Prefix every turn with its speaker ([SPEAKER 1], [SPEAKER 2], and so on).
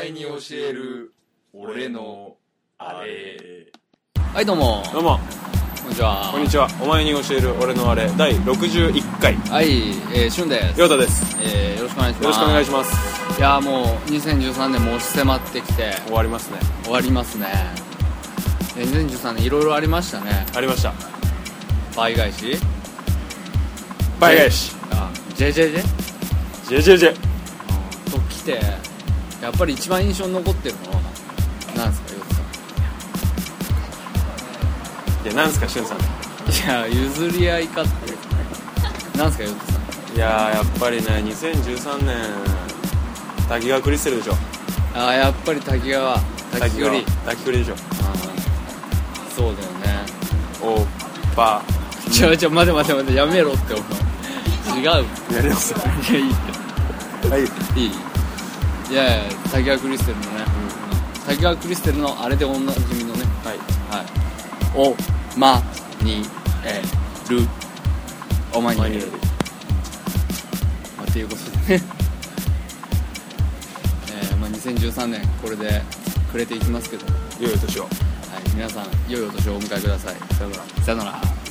[SPEAKER 1] える俺のあれ
[SPEAKER 2] はいどうも
[SPEAKER 3] どうも
[SPEAKER 2] こんにちは
[SPEAKER 3] こんにちはお前に教える俺のあれ第61回
[SPEAKER 2] はい、えー、しゅんです
[SPEAKER 3] ヨータです
[SPEAKER 2] えー、よろしくお願いします
[SPEAKER 3] よろしくお願いします
[SPEAKER 2] すいやーもう2013年も押し迫ってきて
[SPEAKER 3] 終わりますね
[SPEAKER 2] 終わりますねえー2013年いろいろありましたね
[SPEAKER 3] ありました
[SPEAKER 2] 倍返し
[SPEAKER 3] 倍返し
[SPEAKER 2] あ JJJ?
[SPEAKER 3] ジェジェジェ
[SPEAKER 2] と来てやっぱり一番印象に残ってるのはなんですかヨ
[SPEAKER 3] い
[SPEAKER 2] ー
[SPEAKER 3] やなんすかしゅんさん
[SPEAKER 2] タさんいや譲り合いかってなんですかヨータさん
[SPEAKER 3] いやーやっぱりね2013年滝川クリステルでしょ
[SPEAKER 2] あーやっぱり滝川滝より
[SPEAKER 3] 滝クリでしょ
[SPEAKER 2] あーそうだよね
[SPEAKER 3] おっぱ
[SPEAKER 2] ちょちょ待て待て待てやめろって思う違う
[SPEAKER 3] やりますはい
[SPEAKER 2] やいいいいいやいや滝川クリステルのね、滝川クリステルのあれでおなじみのね
[SPEAKER 3] はい
[SPEAKER 2] はいおまにえるおまにえるまあっていうことでねえーまあ、2013年これで暮れていきますけど、はい、
[SPEAKER 3] よいよ年を
[SPEAKER 2] 皆さん良いお年をお迎えください
[SPEAKER 3] さよなら
[SPEAKER 2] さよなら